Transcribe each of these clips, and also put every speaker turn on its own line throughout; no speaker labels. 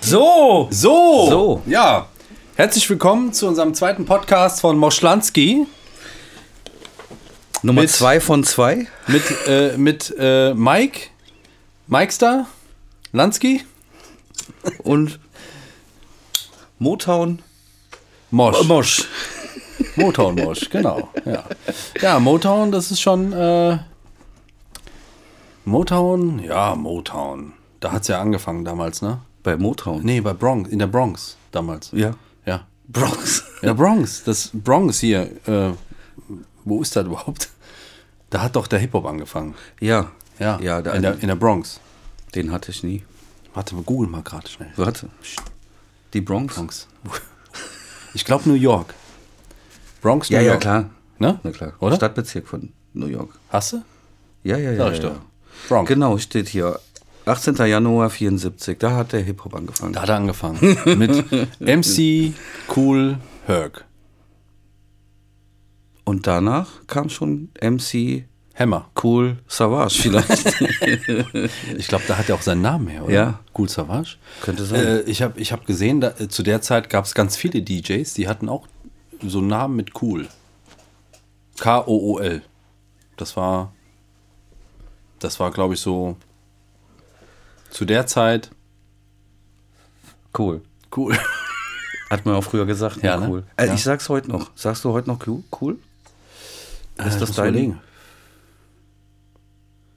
So,
So,
So.
ja. Herzlich willkommen zu unserem zweiten Podcast von Moschlanski
Nummer
Mit-
zwei von zwei.
mit, äh, mit äh, Mike, Mikester, Lansky,
Und Motown
Mosch.
Mosch.
Motown Mosch, genau. Ja. ja, Motown, das ist schon. Äh, Motown, ja, Motown. Da hat es ja angefangen damals, ne?
Bei Motown.
Nee, bei Bronx, in der Bronx damals.
Ja.
Ja.
Bronx.
In der Bronx, das Bronx hier. Äh, wo ist das überhaupt? Da hat doch der Hip-Hop angefangen.
Ja.
Ja,
Ja, da,
in, der, in der Bronx.
den hatte ich nie.
Warte, wir googeln mal gerade schnell.
Warte. Die Bronx?
Bronx. Ich glaube New York. Bronx,
Ja,
New
ja,
York.
klar.
Ne?
Na klar.
Oder?
Stadtbezirk von New York.
Hast du?
Ja, ja, ja.
Sag ich
ja,
doch.
ja.
Bronx.
Genau, steht hier. 18. Januar 74. Da hat der Hip-Hop angefangen.
Da hat er angefangen. Mit MC Cool Herc.
Und danach kam schon MC
Hammer.
Cool Savage vielleicht.
Ich glaube, da hat er auch seinen Namen her, oder?
Ja.
Cool Savage.
Könnte sein.
Äh, ich habe ich hab gesehen, da, äh, zu der Zeit gab es ganz viele DJs, die hatten auch so einen Namen mit Cool. K-O-O-L. Das war, das war, glaube ich, so zu der Zeit
cool.
cool.
Hat man auch früher gesagt,
Ja,
ja,
ne?
cool. Äh,
Ja.
Ich sag's heute noch. Sagst du heute noch cool? cool? Ist
Äh,
das
muss
dein
überlegen.
Ding?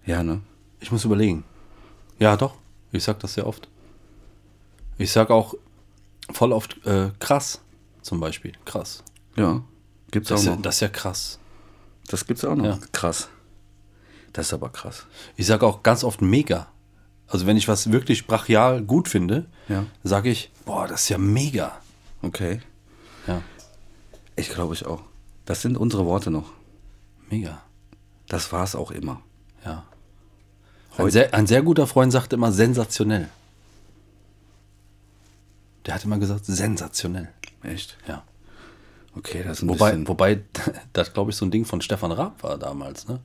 Ja, ne?
Ich muss überlegen. Ja, doch. Ich sag das sehr oft. Ich sag auch voll oft äh, krass, zum Beispiel. Krass.
Ja. Gibt's
Das ist,
auch
ja,
noch.
das ist ja krass.
Das gibt's auch noch.
Ja.
Krass. Das ist aber krass.
Ich sag auch ganz oft mega. Also wenn ich was wirklich brachial gut finde,
Ja.
sage ich, boah, das ist ja mega.
Okay.
Ja,
Ich glaube ich auch. Das sind unsere Worte noch.
mega.
Das war's auch immer.
Ja. Ein sehr, ein sehr guter Freund sagte immer sensationell. Der hat immer gesagt, sensationell.
Echt?
Ja.
Okay, das ist ein
Wobei,
bisschen.
wobei das glaube ich so ein Ding von Stefan Raab war damals, ne?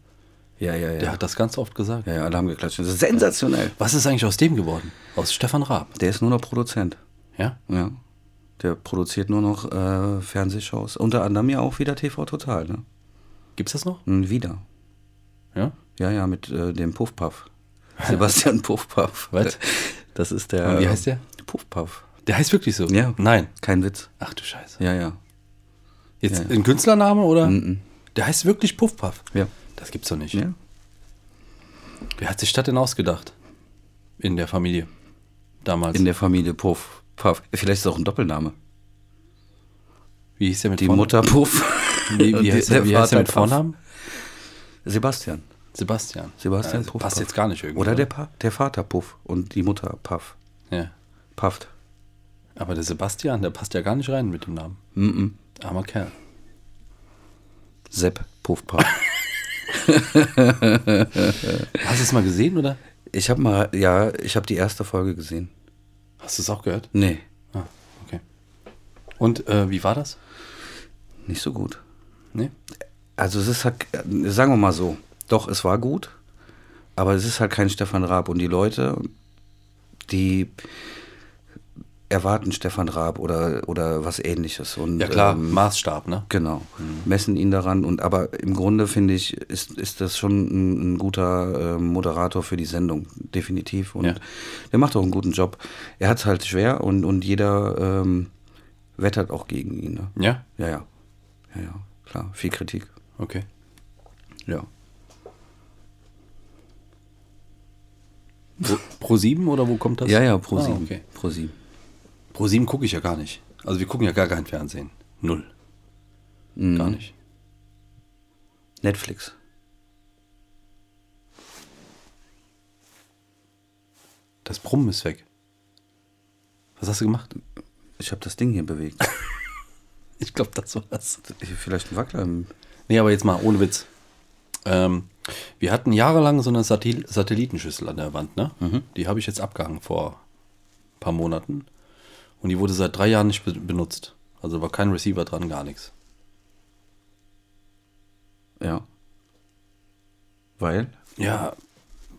Ja, ja, ja.
Der hat das ganz oft gesagt.
ja, ja, alle haben geklatscht. Das ist sensationell.
Was ist eigentlich aus dem geworden? Aus Stefan Raab.
Der ist nur noch Produzent.
Ja?
Ja. Der produziert nur noch äh, Fernsehshows. Unter anderem ja auch wieder TV Total, ne?
Gibt's das noch?
Hm, Wieder.
Ja?
Ja, ja, mit äh, dem Puffpuff. Sebastian Puffpuff.
Was?
Das ist der.
Und wie heißt der?
Puffpuff.
Der heißt wirklich so.
Ja.
Nein.
Kein Witz.
Ach du Scheiße.
Ja, ja.
Jetzt ein Künstlername oder?
Mhm.
Der heißt wirklich Puffpuff.
Ja.
Das gibt's doch nicht.
Ja.
Wer hat sich das denn ausgedacht? In der Familie. Damals.
In der Familie Puff. Puff. Vielleicht ist es auch ein Doppelname.
wie hieß der mit
Die
Vornamen?
Mutter Puff.
Wie,
und
wie
die-
heißt der, wie
der
heißt der mit
Vater Puff.
Vornamen?
Sebastian.
Sebastian.
Sebastian
Ja,
Puff.
Passt jetzt gar nicht irgendwie.
Oder der, pa der Vater Puff und die Mutter Puff.
Ja.
Pufft.
Aber der Sebastian, der passt ja gar nicht rein mit dem Namen.
Mhm.
Armer Kerl.
Sepp Puff Puff.
Hast du es mal gesehen oder?
ich habe mal, ja, ich habe die erste Folge gesehen.
Hast du es auch gehört?
Nee,
Ah, okay. Und äh, wie war das?
nicht so gut.
Nee?
Also es ist halt, äh, sagen wir mal so, doch, es war gut, aber es ist halt kein Stefan Raab. Und die Leute, die erwarten Stefan Raab oder, oder was ähnliches. Und,
Ja klar,
ähm,
Maßstab, ne?
genau, messen ihn daran. Und aber im Grunde finde ich, ist, ist das schon ein, ein guter äh, Moderator für die Sendung, definitiv. Und
Ja.
der macht auch einen guten Job. Er hat es halt schwer und, und jeder ähm, wettert auch gegen ihn. Ne?
Ja?
Ja, ja. Ja, ja, klar, viel Kritik.
Okay.
Ja.
Pro, Pro 7 oder wo kommt das?
Ja, ja, pro
Ah,
sieben.
okay.
Pro sieben.
Pro 7 gucke ich ja gar nicht. Also wir gucken ja gar kein Fernsehen. Null. Gar nicht.
Netflix.
Das Brummen ist weg. Was hast du gemacht?
Ich habe das Ding hier bewegt.
Ich glaube, das war's.
Hier Vielleicht ein Wackler. im-
Nee, aber jetzt mal, ohne Witz. Ähm, wir hatten jahrelang so eine Satel Satellitenschüssel an der Wand, ne? Die habe ich jetzt abgehangen vor ein paar Monaten. Und die wurde seit drei Jahren nicht be benutzt. Also war kein Receiver dran, gar nichts.
Ja. Weil?
Ja,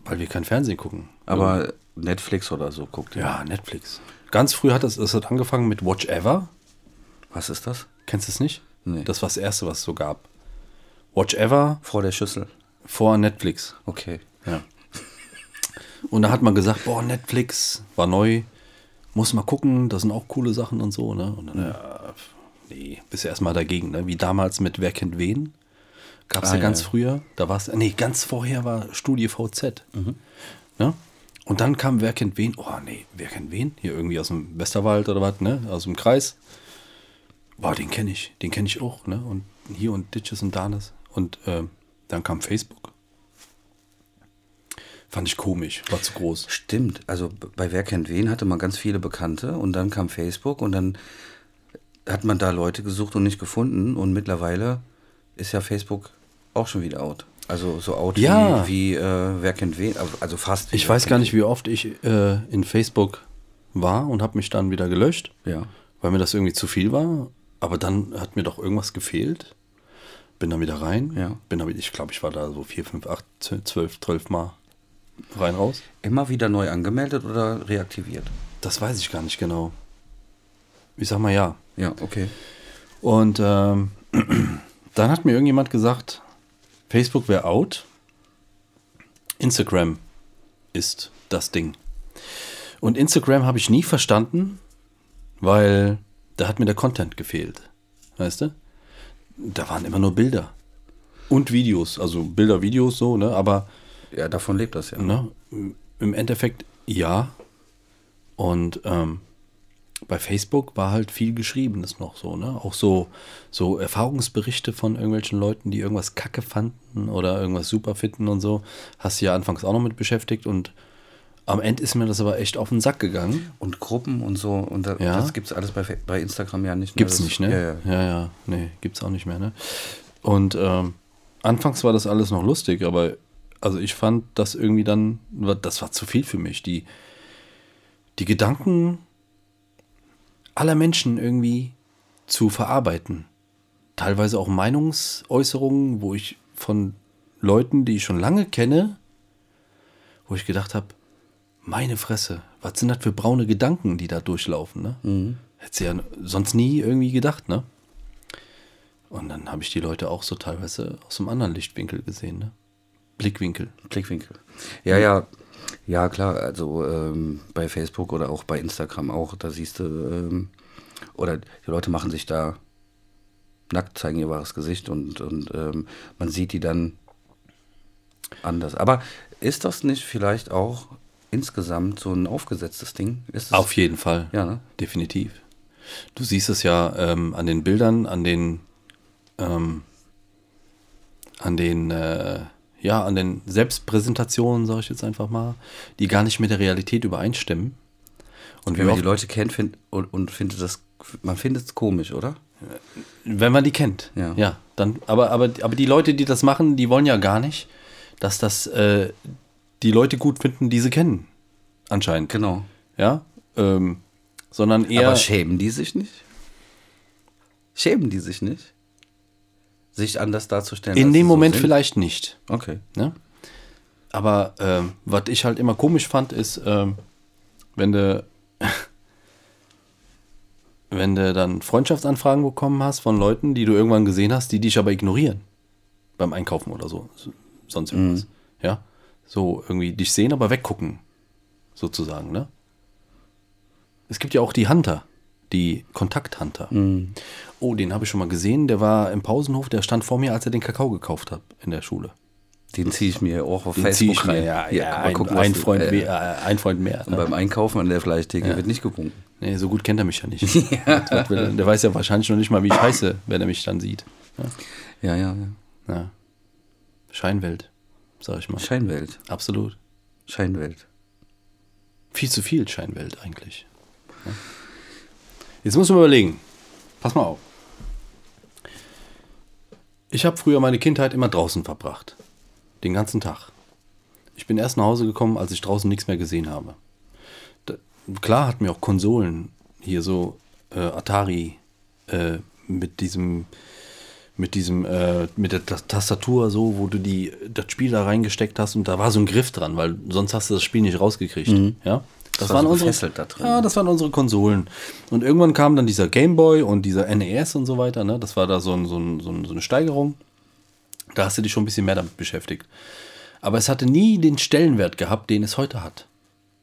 Weil wir kein Fernsehen gucken.
Aber Netflix oder so guckt ihr.
Ja, Netflix. Ganz früh hat es, es hat angefangen mit Watch Ever.
Was ist das?
Kennst du es nicht?
Nee.
Das war das erste, was es so gab. Watch Ever
Vor der Schüssel.
vor Netflix.
Okay.
Ja. Und da hat man gesagt, boah, Netflix war neu, muss mal gucken, da sind auch coole Sachen und so, ne? Und dann, ja, pf, nee, bist ja erstmal dagegen, ne? Wie damals mit Wer kennt wen? Gab es
Ah,
ja ganz
ja.
früher, da war es, nee, ganz vorher war Studie VZ.
Mhm.
Ne? Und dann kam Wer kennt wen? Oh, nee, Wer kennt wen? Hier irgendwie aus dem Westerwald oder was, ne? Aus dem Kreis. Boah, den kenne ich, den kenne ich auch, ne? Und hier und Ditches und Danes. Und ähm, dann kam Facebook. Fand ich komisch, war zu groß.
Stimmt. Also bei Wer kennt wen hatte man ganz viele Bekannte und dann kam Facebook und dann hat man da Leute gesucht und nicht gefunden und mittlerweile ist ja Facebook auch schon wieder out. Also so out
Ja.
wie, wie äh, Wer kennt wen, also- also fast. wie
Ich
Wer
weiß
kennt
gar nicht, wie oft ich äh, in Facebook war und habe mich dann wieder gelöscht,
wen. Ja.
weil mir das irgendwie zu viel war. Aber dann hat mir doch irgendwas gefehlt. Bin dann wieder rein.
Ja.
Bin dann, wieder- ich glaube, ich war da so 4, 5, 8, 12, 12 Mal rein, raus.
Immer wieder neu angemeldet oder reaktiviert?
Das weiß ich gar nicht genau. Ich sag mal ja.
Ja, okay.
Und ähm, dann hat mir irgendjemand gesagt, Facebook wäre out, Instagram ist das Ding. Und Instagram habe ich nie verstanden, weil da hat mir der Content gefehlt. Weißt du? Da waren immer nur Bilder. Und Videos, also Bilder, Videos so, ne? Aber
Ja, davon lebt das ja.
ne? Im Endeffekt ja. Und ähm, bei Facebook war halt viel Geschriebenes noch so, ne? Auch so, so Erfahrungsberichte von irgendwelchen Leuten, die irgendwas Kacke fanden oder irgendwas super finden und so. Hast du ja anfangs auch noch mit beschäftigt und am Ende ist mir das aber echt auf den Sack gegangen.
Und Gruppen und so. Und da,
Ja.
das gibt's alles bei, Fa- bei Instagram ja nicht.
Gibt's
Das-
nicht, ne?
Ja, ja.
ja, ja. Nee, gibt's auch nicht mehr, ne? Und ähm, anfangs war das alles noch lustig, aber also ich fand das irgendwie dann, das war zu viel für mich. Die, die Gedanken aller Menschen irgendwie zu verarbeiten. Teilweise auch Meinungsäußerungen, wo ich von Leuten, die ich schon lange kenne, wo ich gedacht habe, meine Fresse, was sind das für braune Gedanken, die da durchlaufen, ne?
Mhm.
Hätte sie ja sonst nie irgendwie gedacht, ne? Und dann habe ich die Leute auch so teilweise aus einem anderen Lichtwinkel gesehen, ne? Blickwinkel.
Blickwinkel. Ja, ja. Ja, klar. Also ähm, bei Facebook oder auch bei Instagram auch. Da siehst du, ähm, oder die Leute machen sich da nackt, zeigen ihr wahres Gesicht und, und ähm, man sieht die dann anders. Aber ist das nicht vielleicht auch insgesamt so ein aufgesetztes Ding? Ist das,
Auf jeden Fall.
Ja, ne?
Definitiv. Du siehst es ja ähm, an den Bildern, an den, ähm, an den, äh, ja, an den Selbstpräsentationen, sage ich jetzt einfach mal, die gar nicht mit der Realität übereinstimmen. Und wie
Wenn man
oft,
die Leute kennt find, und, und findet das, man findet es komisch, oder?
wenn man die kennt,
Ja.
dann, aber, aber, aber die Leute, die das machen, die wollen ja gar nicht, dass das äh, die Leute gut finden, die sie kennen, anscheinend,
Genau.
ja, ähm, sondern eher.
Aber schämen die sich nicht? Schämen die sich nicht? Sich anders darzustellen.
in
als
dem
sie
Moment
so sind?
vielleicht nicht.
Okay.
Ne? Aber ähm, was ich halt immer komisch fand, ist, ähm, wenn du wenn du dann Freundschaftsanfragen bekommen hast von Leuten, die du irgendwann gesehen hast, die dich aber ignorieren beim Einkaufen oder so, so- sonst irgendwas, ja, so irgendwie dich sehen, aber weggucken, sozusagen, ne? Es gibt ja auch die Hunter, die Kontakthunter. Oh, den habe ich schon mal gesehen. Der war im Pausenhof, der stand vor mir, als er den Kakao gekauft hat in der Schule.
Den ziehe ich mir auch auf
Den zieh
Facebook
ich mir,
rein.
Ja, ja,
mal
ein,
gucken, was
ein,
du-
Freund
äh,
mehr, äh, ein Freund mehr.
Und
Ne?
beim Einkaufen an der Fleischtheke wird nicht gewunken.
Nee, so gut kennt er mich ja nicht. Was will er- Der weiß ja wahrscheinlich noch nicht mal, wie ich heiße, wenn er mich dann sieht. Ja,
Ja, ja, ja.
ja. Scheinwelt, sag ich mal.
Scheinwelt.
Absolut.
Scheinwelt.
Viel zu viel Scheinwelt eigentlich. Ja. Jetzt muss man überlegen. Pass mal auf. Ich habe früher meine Kindheit immer draußen verbracht. Den ganzen Tag. Ich bin erst nach Hause gekommen, als ich draußen nichts mehr gesehen habe. Da, klar hatten wir auch Konsolen. Hier so äh, Atari äh, mit diesem mit diesem, äh, mit der Ta- Tastatur so, wo du die, das Spiel da reingesteckt hast und da war so ein Griff dran, weil sonst hast du das Spiel nicht rausgekriegt. Ja? Das,
Mhm. war
waren
so
unsere,
gefesselt da drin.
Ja, das waren unsere Konsolen. Und irgendwann kam dann dieser Game Boy und dieser NES und so weiter. Ne? Das war da so, ein, so, ein, so, ein, so eine Steigerung. Da hast du dich schon ein bisschen mehr damit beschäftigt. Aber es hatte nie den Stellenwert gehabt, den es heute hat.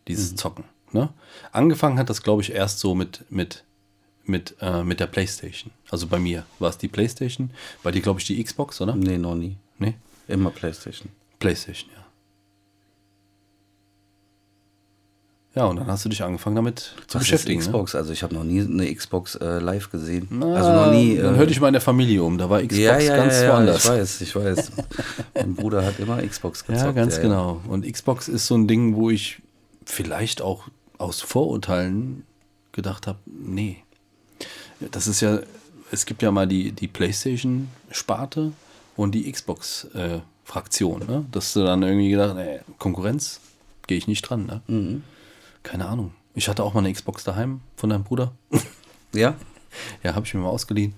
Dieses
Mhm.
Zocken. Ne? Angefangen hat das, glaube ich, erst so mit, mit, mit, äh, mit der Playstation. Also bei mir war es die Playstation. Bei dir, glaube ich, die Xbox, oder?
Nee, noch nie.
Nee.
Immer Playstation.
Playstation, ja. Ja, und dann hast du dich angefangen damit zu
Was ist
beschäftigen.
Xbox? Also ich habe noch nie eine Xbox äh, live gesehen.
Ne?
also noch nie.
Dann hörte ich mal in der Familie um. Da war Xbox
ja, ja,
ganz
ja, ja,
woanders.
Ich weiß, ich weiß. mein Bruder hat immer Xbox gezockt.
Ja, ganz genau. Und Xbox ist so ein Ding, wo ich vielleicht auch aus Vorurteilen gedacht habe, nee. Das ist ja, es gibt ja mal die, die PlayStation-Sparte und die Xbox-Fraktion. ne? Dass du dann irgendwie gedacht, nee, Konkurrenz, gehe ich nicht dran. Ne? Keine Ahnung. Ich hatte auch mal eine Xbox daheim von deinem Bruder.
Ja?
Ja, habe ich mir mal ausgeliehen.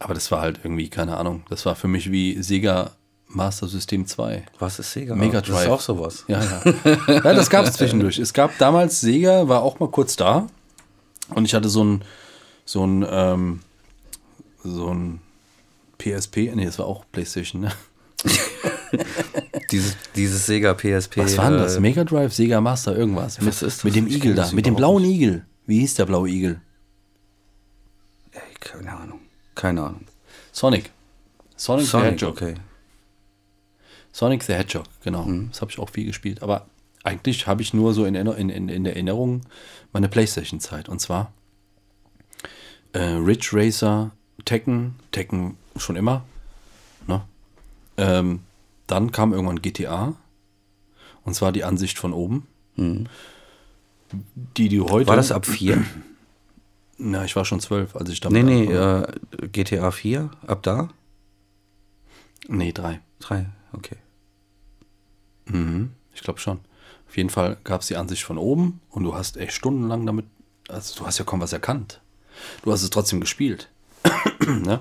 Aber das war halt irgendwie, keine Ahnung, das war für mich wie Sega Master System 2.
Was ist Sega?
Mega
das ist
Drive.
auch sowas.
Ja, ja. ja das gab es zwischendurch. Es gab damals, Sega war auch mal kurz da. Und ich hatte so ein, so ein, ähm, so ein PSP, nee, das war auch PlayStation, ne?
Dieses, dieses Sega PSP.
Was war denn das?
äh,
Mega Drive, Sega Master, irgendwas. mit,
ist das?
mit dem
Ich
Igel
kenn
da,
das
mit dem
überhaupt
blauen Igel. Wie hieß der blaue Igel?
ey, keine Ahnung. Keine Ahnung.
Sonic. Sonic, the
Sonic,
Hedgehog.
okay.
Sonic the Hedgehog, genau.
Mhm.
Das habe ich auch viel gespielt. Aber eigentlich habe ich nur so in, Erinner- in, in, in der Erinnerung meine Playstation-Zeit. Und zwar äh, Ridge Racer, Tekken, Tekken schon immer. Ne? Ähm, dann kam irgendwann GTA. Und zwar die Ansicht von oben. Die, die heute.
Mhm. War das ab 4?
Na, ich war schon zwölf, als ich
nee,
damit.
nee,
angefangen
äh, GTA 4, ab da?
habe. Nee, drei.
3, okay.
Mhm, ich glaube schon. Auf jeden Fall gab es die Ansicht von oben und du hast echt stundenlang damit, also du hast ja kaum was erkannt. Du hast es trotzdem gespielt. ne?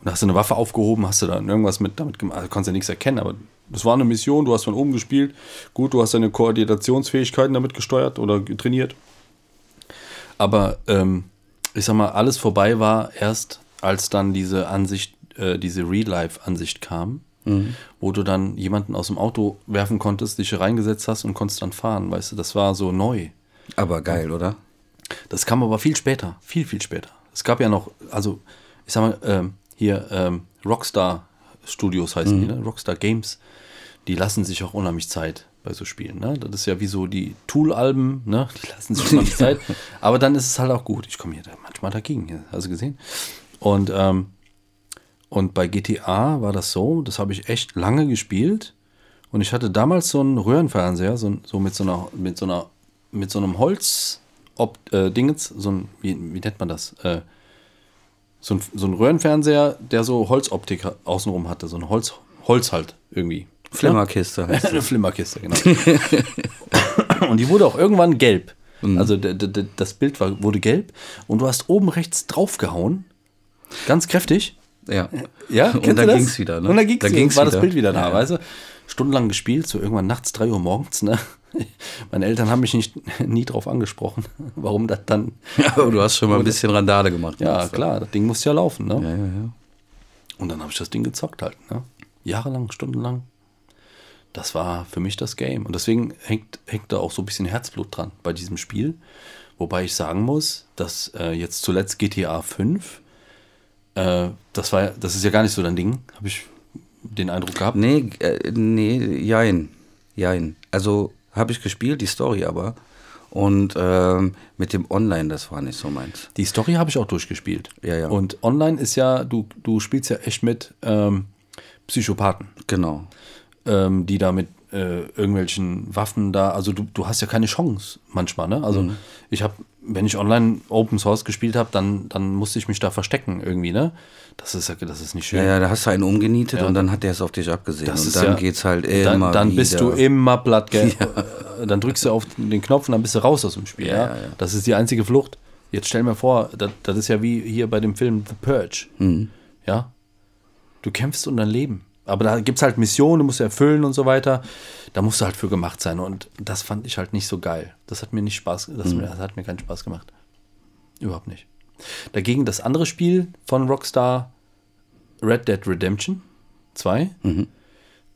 Und hast du eine Waffe aufgehoben, hast du dann irgendwas mit damit gemacht, also konntest ja nichts erkennen, aber das war eine Mission, du hast von oben gespielt. Gut, du hast deine Koordinationsfähigkeiten damit gesteuert oder ge- trainiert. Aber ähm, ich sag mal, alles vorbei war erst, als dann diese Ansicht, äh, diese Real-Life-Ansicht kam, wo du dann jemanden aus dem Auto werfen konntest, dich reingesetzt hast und konntest dann fahren, weißt du, das war so neu.
Aber geil, oder?
Das kam aber viel später, viel, viel später. Es gab ja noch, also, ich sag mal, ähm, hier ähm, Rockstar Studios heißen die, ne? Rockstar Games, die lassen sich auch unheimlich Zeit bei so Spielen. Ne? Das ist ja wie so die Tool-Alben, ne? die lassen sich unheimlich Zeit. Aber dann ist es halt auch gut. Ich komme hier da manchmal dagegen, hier, hast du gesehen? Und, ähm, und bei GTA war das so, das habe ich echt lange gespielt. Und ich hatte damals so einen Röhrenfernseher, so, ein- so mit so einer, mit so einer, mit so einem Holz, ob, äh, Dingens, so ein, wie, wie nennt man das? Äh, so, ein, so ein Röhrenfernseher, der so Holzoptik ha- außenrum hatte, so ein Holz, Holz halt irgendwie.
Flimmerkiste heißt.
Eine Flimmerkiste, genau. und die wurde auch irgendwann gelb.
Mhm.
Also d- d- d- das Bild war, wurde gelb und du hast oben rechts draufgehauen. Ganz kräftig.
Ja.
Ja,
und
kennst du
dann
das?
ging's wieder, ne?
Und dann ging's,
Dann
wieder.
ging's
war das
wieder.
Bild wieder da,
Ja.
weißt du? Stundenlang gespielt, so irgendwann nachts 3 Uhr morgens, ne? Meine Eltern haben mich nicht, nie drauf angesprochen, warum das dann.
Aber du hast schon mal ein bisschen Randale gemacht.
Ja,
Monster.
klar, das Ding muss ja laufen, ne?
Ja, ja, ja.
Und dann habe ich das Ding gezockt halt, ne? Jahrelang, stundenlang. Das war für mich das Game. Und deswegen hängt, hängt da auch so ein bisschen Herzblut dran bei diesem Spiel. Wobei ich sagen muss, dass äh, jetzt zuletzt GTA 5, äh, das, war, ja- das ist ja gar nicht so dein Ding, habe ich den Eindruck gehabt.
Nee, äh, nee, jein. Jein. Also habe ich gespielt, die Story aber. Und ähm, mit dem Online, das war nicht so meins.
Die Story habe ich auch durchgespielt.
Ja, ja.
Und online ist ja, du, du spielst ja echt mit ähm, Psychopathen.
Genau.
ähm, die da mit äh, irgendwelchen Waffen da, also du, du hast ja keine Chance manchmal, ne? Also
Mhm.
ich habe, wenn ich online Open Source gespielt habe, dann, dann musste ich mich da verstecken irgendwie, ne? Das ist, ja- das ist nicht schön.
Ja, ja, da hast du einen umgenietet und dann hat der es auf dich abgesehen.
Das
und
ist
dann
ja-
geht's halt immer
Dann, dann bist
wieder.
du e- immer platt, gell? Dann drückst du auf den Knopf und dann bist du raus aus dem Spiel. Ja,
ja, ja.
Das ist die einzige Mhm. Flucht. Jetzt stell mir vor, das, das ist ja wie hier bei dem Film The Purge. Ja? Du kämpfst um dein Leben. Aber da gibt es halt Missionen, du musst du erfüllen und so weiter. Da musst du halt für gemacht sein. Und das fand ich halt nicht so geil. Das hat mir nicht Spaß, das, das hat mir keinen Spaß gemacht. Überhaupt nicht. Dagegen das andere Spiel von Rockstar, Red Dead Redemption 2,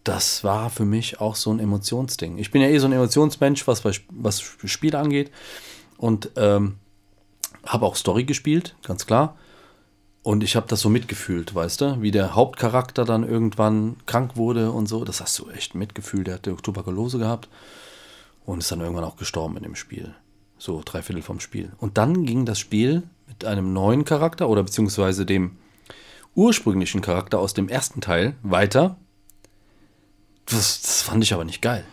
das war für mich auch so ein Emotionsding. Ich bin ja eh so ein Emotionsmensch, was, bei- was Spiele angeht. Und ähm, habe auch Story gespielt, ganz klar. Und ich habe das so mitgefühlt, weißt du? Wie der Hauptcharakter dann irgendwann krank wurde und so. Das hast du echt mitgefühlt. Der hatte Tuberkulose gehabt und ist dann irgendwann auch gestorben in dem Spiel. So drei Viertel vom Spiel. Und dann ging das Spiel mit einem neuen Charakter oder beziehungsweise dem ursprünglichen Charakter aus dem ersten Teil weiter. Das, das fand ich aber nicht geil.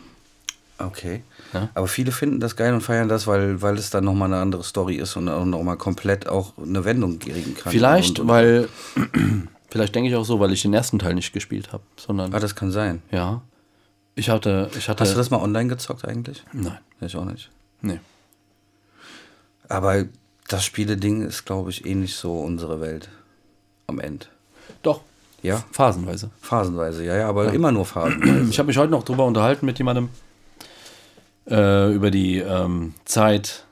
Okay.
Ja.
Aber viele finden das geil und feiern das, weil, weil es dann nochmal eine andere Story ist und auch nochmal komplett auch eine Wendung kriegen kann.
Vielleicht,
Und, und,
weil, vielleicht denke ich auch so, weil ich den ersten Teil nicht gespielt habe, sondern,
ah, das kann sein.
ja. Ich hatte, ich hatte.
Hast du das mal online gezockt eigentlich?
Nein,
Ich auch nicht.
nee.
Aber das Spiele-Ding ist, glaube ich, eh nicht so unsere Welt. Am Ende.
Doch.
Ja?
Phasenweise.
Phasenweise, ja, ja, aber immer nur phasenweise.
Ich habe mich heute noch drüber unterhalten mit jemandem äh, über die ähm, Zeit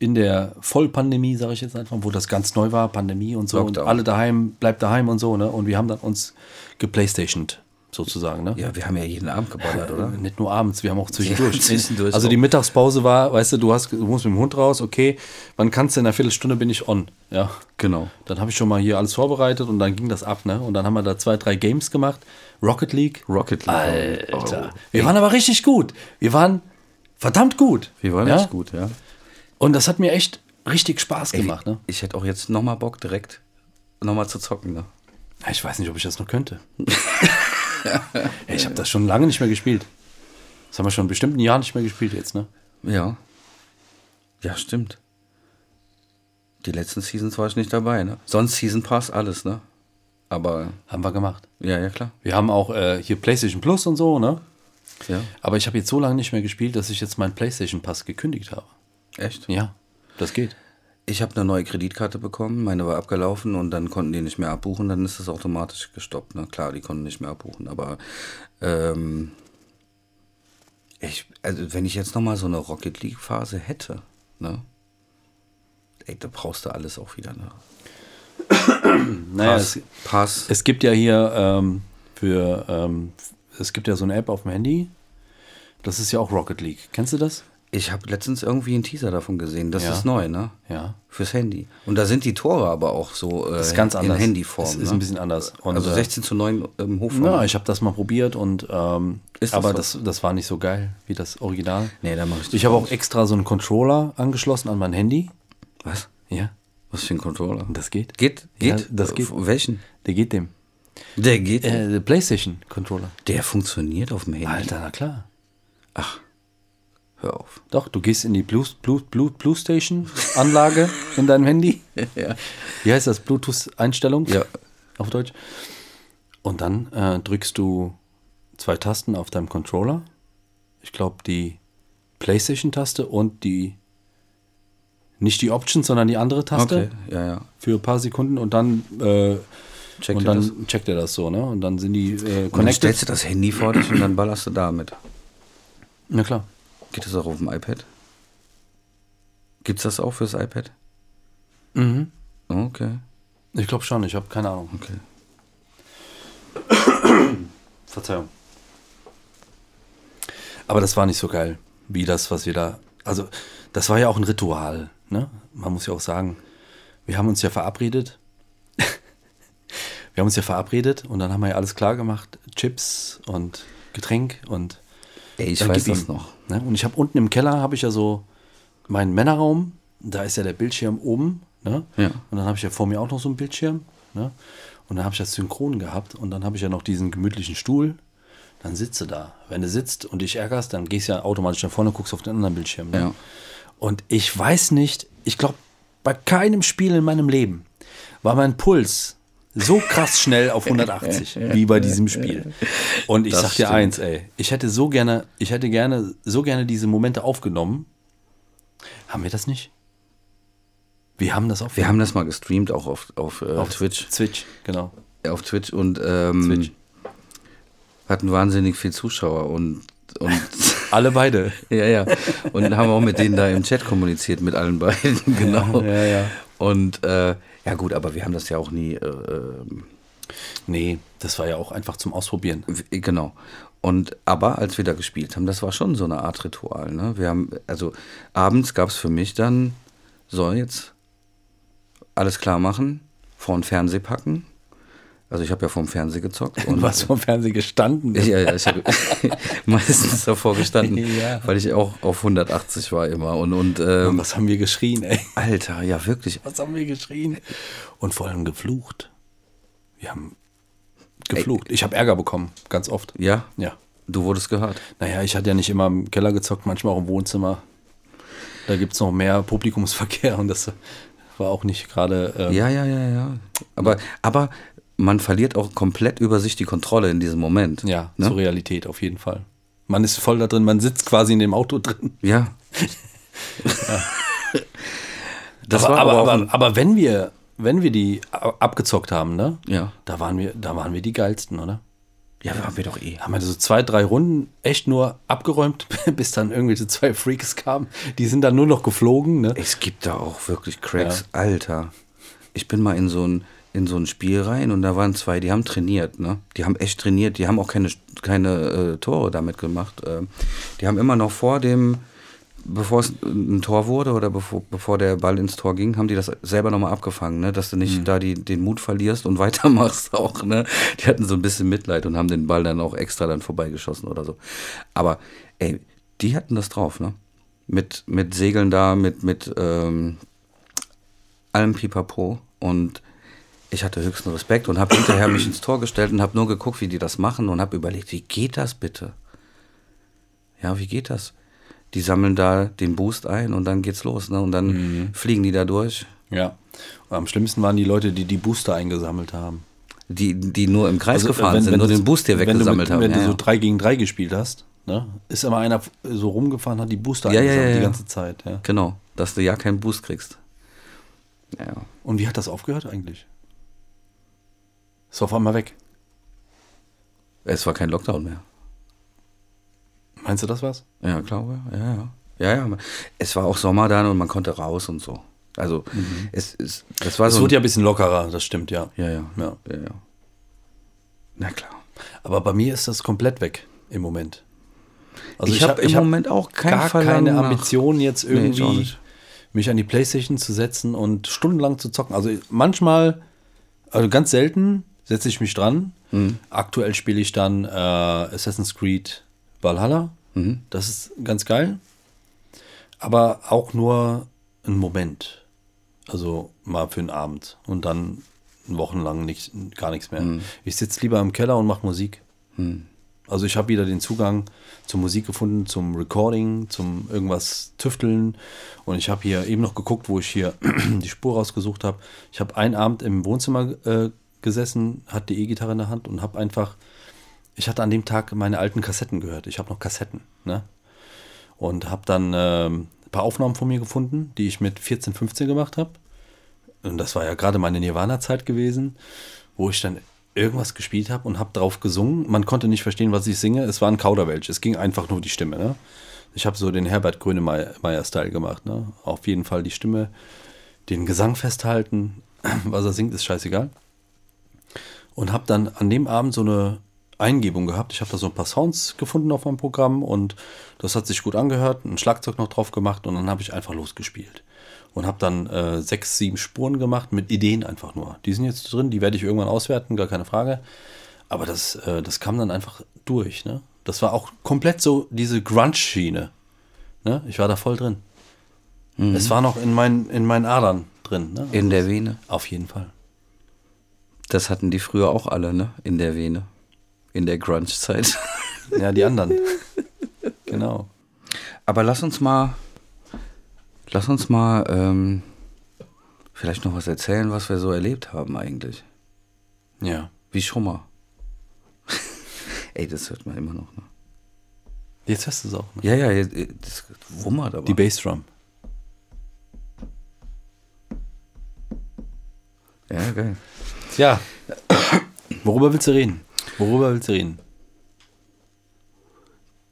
in der Vollpandemie, sage ich jetzt einfach, wo das ganz neu war, Pandemie und so.
Lockdown.
Und alle daheim, bleibt daheim und so, ne? Und wir haben dann uns geplaystationed, sozusagen, ne?
ja, wir haben ja jeden Abend geballert, oder?
Äh, Nicht nur abends, wir haben auch zwischendurch.
Ja, zwischendurch
also die
auch.
Mittagspause war, weißt du, du, hast, du musst mit dem Hund raus, okay, wann kannst du in einer Viertelstunde bin ich on. Ja.
Genau.
Dann habe ich schon mal hier alles vorbereitet und dann ging das ab, ne? Und dann haben wir da zwei, drei Games gemacht. Rocket League.
Rocket League. Oh.
Alter. Wir waren aber richtig gut. Wir waren verdammt gut.
Wir waren
ja?
echt gut, ja.
Und das hat mir echt richtig Spaß
Ey,
gemacht, ne?
Ich hätte auch jetzt nochmal Bock, direkt nochmal zu zocken. Ne?
Ja, Ich weiß nicht, ob ich das noch könnte. Ey, ich habe das schon lange nicht mehr gespielt. Das haben wir schon bestimmt ein Jahr nicht mehr gespielt jetzt, ne?
Ja. Ja, stimmt. Die letzten Seasons war ich nicht dabei, ne? Sonst Season Pass, alles, ne? Aber,
Haben wir gemacht.
ja, ja, klar.
Wir haben auch äh, hier PlayStation Plus und so, ne?
Ja,
Aber ich habe jetzt so lange nicht mehr gespielt, dass ich jetzt meinen PlayStation Pass gekündigt habe.
echt.
Ja, das geht.
Ich habe eine neue Kreditkarte bekommen, meine war abgelaufen und dann konnten die nicht mehr abbuchen, dann ist es automatisch gestoppt. Na klar, die konnten nicht mehr abbuchen, aber ähm, ich, also wenn ich jetzt nochmal so eine Rocket League Phase hätte, ne? Ey, da brauchst du alles auch wieder, ne?
Naja, es,
Pass.
es gibt ja hier ähm, für ähm, es gibt ja so eine App auf dem Handy. Das ist ja auch Rocket League. Kennst du das?
Ich habe letztens irgendwie einen Teaser davon gesehen. Das
Ja.
ist neu, ne?
Ja.
Fürs Handy. Und da sind die Tore aber auch so äh,
Das ist ganz anders.
in Handyform.
Das ist ein
ne?
bisschen anders. Und,
also
äh,
16 zu 9 im Hof.
Ja, ich habe das mal probiert und ähm,
Ist das
aber
was?
das, das war nicht so geil wie das Original.
Nee, da mach ich das
Ich habe auch
nicht.
extra so einen Controller angeschlossen an mein Handy.
Was?
Ja,
Was für ein Controller?
das geht.
Geht?
Ja,
Geht?
das geht.
Auf Welchen?
Der geht dem.
Der geht.
Äh, der PlayStation Controller.
Der funktioniert auf dem Handy.
Alter, na klar.
Hör auf.
Doch, du gehst in die Blue, Blue, Blue, Blue Station Anlage in deinem Handy.
ja.
Wie heißt das? Bluetooth-Einstellung?
Ja.
Auf Deutsch. Und dann äh, drückst du zwei Tasten auf deinem Controller. Ich glaube, die PlayStation-Taste und die. Nicht die Options, sondern die andere Taste
Okay. Ja, ja.
für ein paar Sekunden und dann, äh,
Check
und
dir
dann
das.
checkt er das so, ne? Und dann sind die äh,
Und dann
connected.
stellst du das Handy vor dich und dann ballerst du damit.
Na klar.
Geht das auch auf dem iPad? Gibt's das auch fürs iPad?
Mhm.
Okay.
Ich glaube schon, ich habe keine Ahnung.
Okay.
Verzeihung. Aber das war nicht so geil, wie das, was wir da. Also, das war ja auch ein Ritual, ne? Man muss ja auch sagen, wir haben uns ja verabredet. wir haben uns ja verabredet und dann haben wir ja alles klar gemacht: Chips und Getränk und.
Ey, ich
Dann
weiß
gib
das
ihm.
noch.
Ne? Und ich habe unten im Keller habe ich ja so meinen Männerraum. Da ist ja der Bildschirm oben. Ne?
Ja.
Und dann habe ich ja vor mir auch noch so einen Bildschirm. Ne? Und dann habe ich das synchron gehabt. Und dann habe ich ja noch diesen gemütlichen Stuhl. Dann sitze da. Wenn du sitzt und dich ärgerst, dann gehst du ja automatisch nach vorne und guckst auf den anderen Bildschirm. Ne?
Ja.
Und ich weiß nicht, ich glaube, bei keinem Spiel in meinem Leben war mein Puls so krass schnell auf 180 wie bei diesem Spiel. Und ich
Das
sag dir
stimmt.
eins, ey, ich hätte so gerne, ich hätte gerne, so gerne diese Momente aufgenommen. Haben wir das nicht? Wir haben das auch
Wir haben das mal gestreamt, auch auf, auf, äh,
auf
Twitch.
Twitch, genau.
auf Twitch und ähm,
Twitch.
hatten wahnsinnig viel Zuschauer und, und
Alle beide.
ja, ja. Und haben auch mit denen da im Chat kommuniziert, mit allen beiden, genau.
ja, ja.
Und äh, ja gut, aber wir haben das ja auch nie, äh, ähm,
Nee, das war ja auch einfach zum Ausprobieren.
w- genau. Und aber als wir da gespielt haben, das war schon so eine Art Ritual. Ne? Wir haben, also abends gab es für mich dann, so jetzt alles klar machen, vor den Fernseher packen. Also ich habe ja vorm Fernseher gezockt und
Du warst vom Fernsehen gestanden.
Ja, ja, ich habe meistens davor gestanden,
Ja.
weil ich auch auf 180 war immer. Und, und ähm,
was haben wir geschrien, ey?
Alter, ja, wirklich.
Was haben wir geschrien? Und vor allem geflucht. Wir haben geflucht. Ich habe Ärger bekommen, ganz oft.
Ja,
Ja.
du wurdest gehört.
Naja, ich hatte ja nicht immer im Keller gezockt, manchmal auch im Wohnzimmer. Da gibt es noch mehr Publikumsverkehr und das war auch nicht gerade. Äh,
Ja, ja, ja, ja. Aber, aber man verliert auch komplett über sich die Kontrolle in diesem Moment.
Ja,
ne?
zur Realität auf jeden Fall. Man ist voll da drin, man sitzt quasi in dem Auto drin.
Ja. das
aber,
war
aber,
aber,
aber,
auch
aber, wenn wir, wenn wir die a- abgezockt haben, ne?
Ja.
Da waren wir, da waren wir die geilsten, oder?
ja, haben wir doch eh.
Da haben wir so zwei, drei Runden echt nur abgeräumt, bis dann irgendwelche zwei Freaks kamen. Die sind dann nur noch geflogen, ne?
Es gibt da auch wirklich Cracks. Alter, ich bin mal in so ein in so ein Spiel rein und da waren zwei, die haben trainiert, ne? Die haben echt trainiert, die haben auch keine, keine äh, Tore damit gemacht. ähm, die haben immer noch vor dem, bevor es ein Tor wurde oder bevor, bevor der Ball ins Tor ging, haben die das selber nochmal abgefangen, ne? Dass du nicht da die, den Mut verlierst und weitermachst auch, ne? Die hatten so ein bisschen Mitleid und haben den Ball dann auch extra dann vorbeigeschossen oder so. Aber ey, die hatten das drauf, ne? Mit, mit Segeln da, mit, mit ähm, allem Pipapo und ich hatte höchsten Respekt und habe hinterher mich ins Tor gestellt und habe nur geguckt, wie die das machen und habe überlegt, wie geht das bitte? Ja, wie geht das? Die sammeln da den Boost ein und dann geht's los, ne? Und dann
Mhm.
fliegen die da durch.
Ja. Und am schlimmsten waren die Leute, die die Booster eingesammelt haben. Also,
Die, die nur im Kreis gefahren
äh, wenn-
sind,
wenn
nur
du-
den Boost hier
wenn
weggesammelt
du mit, Wenn
haben. Ja,
du so
ja.
3 gegen 3 gesammelt hast, ne? ist immer einer f- so rumgefahren, hat die Booster
Ja, ja,
eingesammelt
ja,
die
ja.
ganze Zeit. Ja.
Genau, dass du ja keinen Boost kriegst. Ja, ja.
Und wie hat das aufgehört eigentlich? Ist auf einmal weg.
Es war kein Lockdown mehr.
Meinst du das was?
Ja, glaube, ja, ja. Ja, ja. Es war auch Sommer dann und man konnte raus und so. Also, es, es, das war
Mhm. Es
so.
wurde ja ein bisschen lockerer, das stimmt, ja.
ja, ja,
Ja.
ja, ja, ja. Na klar.
Aber bei mir ist das komplett weg im Moment. Also
ich habe
hab-
im
hab
Moment auch kein
gar
Verlangen
keine
nach-
Ambition, jetzt
Nee, ich auch
irgendwie
nicht.
mich an die Playstation zu setzen und stundenlang zu zocken. Also manchmal, also ganz selten, setze ich mich dran.
Mhm.
Aktuell spiele ich dann äh, Assassin's Creed Valhalla.
Mhm.
Das ist ganz geil. Aber auch nur einen Moment. Also mal für einen Abend und dann wochenlang nicht, gar nichts mehr.
Mhm.
Ich sitze lieber im Keller und mache Musik. Also ich habe wieder den Zugang zur Musik gefunden, zum Recording, zum irgendwas tüfteln. Und ich habe hier eben noch geguckt, wo ich hier die Spur rausgesucht habe. Ich habe einen Abend im Wohnzimmer äh, gesessen, hatte die E-Gitarre in der Hand und habe einfach, ich hatte an dem Tag meine alten Kassetten gehört. Ich habe noch Kassetten, ne? Und habe dann ähm, ein paar Aufnahmen von mir gefunden, die ich mit 14, 15 gemacht habe. Und das war ja gerade meine Nirvana-Zeit gewesen, wo ich dann irgendwas gespielt habe und habe drauf gesungen. Man konnte nicht verstehen, was ich singe. Es war ein Kauderwelsch. Es ging einfach nur die Stimme. Ne? Ich habe so den Herbert Grönemeyer-Style gemacht. Ne? Auf jeden Fall die Stimme, den Gesang festhalten. Was er singt, ist scheißegal. Und habe dann an dem Abend so eine Eingebung gehabt. Ich habe da so ein paar Sounds gefunden auf meinem Programm und das hat sich gut angehört. Ein Schlagzeug noch drauf gemacht und dann habe ich einfach losgespielt. Und habe dann äh, sechs, sieben Spuren gemacht mit Ideen einfach nur. Die sind jetzt drin, die werde ich irgendwann auswerten, gar keine Frage. Aber das, äh, das kam dann einfach durch. Ne? Das war auch komplett so diese Grunge-Schiene. Ne? Ich war da voll drin. Es war noch in meinen, in meinen Adern drin. Ne?
In der Vene.
Auf jeden Fall.
Das hatten die früher auch alle, ne? In der Vene. In der Grunge-Zeit.
Ja, die anderen. genau.
Aber lass uns mal, lass uns mal ähm, vielleicht noch was erzählen, was wir so erlebt haben eigentlich.
Ja.
Wie Schummer. Ey, das hört man immer noch. Ne?
Jetzt hörst du es auch. Ne?
Ja, ja, ja, das wummert aber.
Die Bassdrum.
ja, geil.
Ja. Worüber willst du reden? Worüber willst du reden?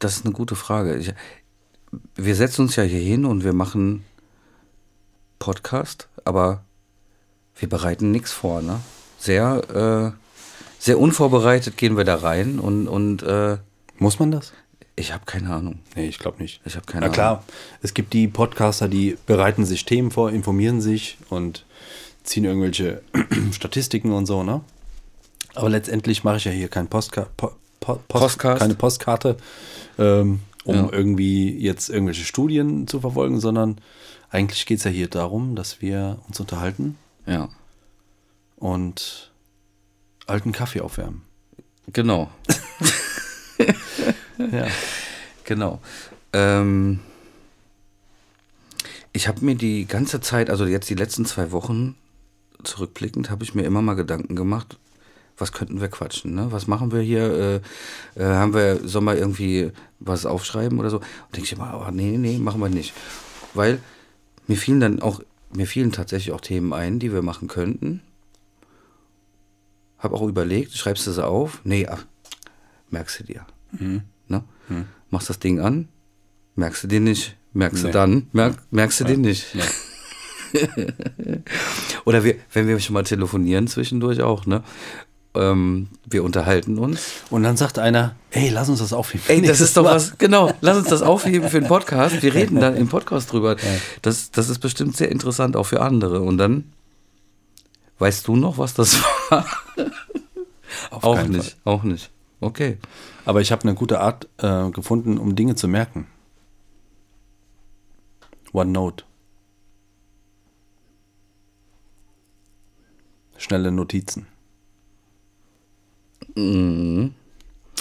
Das ist eine gute Frage. Ich, wir setzen uns ja hier hin und wir machen Podcast, aber wir bereiten nichts vor. Ne? Sehr, äh, sehr unvorbereitet gehen wir da rein und, und äh,
Muss man das?
ich habe keine Ahnung.
Nee, ich glaube nicht.
Ich habe keine
Na
Ahnung.
klar, es gibt die Podcaster, die bereiten sich Themen vor, informieren sich und ziehen irgendwelche Statistiken und so, ne? Aber letztendlich mache ich ja hier keinen Postka po po Post
Postcast.
keine Postkarte, ähm, um
Ja.
irgendwie jetzt irgendwelche Studien zu verfolgen, sondern eigentlich geht es ja hier darum, dass wir uns unterhalten
Ja,
und alten Kaffee aufwärmen.
genau.
Ja.
Genau. Ähm, ich habe mir die ganze Zeit, also jetzt die letzten zwei Wochen zurückblickend, habe ich mir immer mal Gedanken gemacht, was könnten wir quatschen, ne? Was machen wir hier? Äh, äh, haben wir, sollen wir irgendwie was aufschreiben oder so? Und denke ich immer, oh, nee, nee, machen wir nicht. Weil mir fielen dann auch, mir fielen tatsächlich auch Themen ein, die wir machen könnten. Hab auch überlegt, schreibst du sie auf? Nee, ach, merkst du dir.
Mhm.
Ne? Machst das Ding an, merkst du den nicht, merkst
Nee.
du dann, merk, merkst du den nicht.
Ja.
Oder wir, wenn wir schon mal telefonieren zwischendurch auch, ne? Ähm, wir unterhalten uns.
Und dann sagt einer, ey, lass uns das aufnehmen.
Ey, das ist doch was, genau, lass uns das aufheben für den Podcast. Wir reden dann im Podcast drüber. Das, das ist bestimmt sehr interessant auch für andere. Und dann, weißt du noch, was das war? auch
keinen
nicht, auch nicht. Okay.
Aber ich habe eine gute Art äh, gefunden, um Dinge zu merken. OneNote. Schnelle Notizen.
Mhm.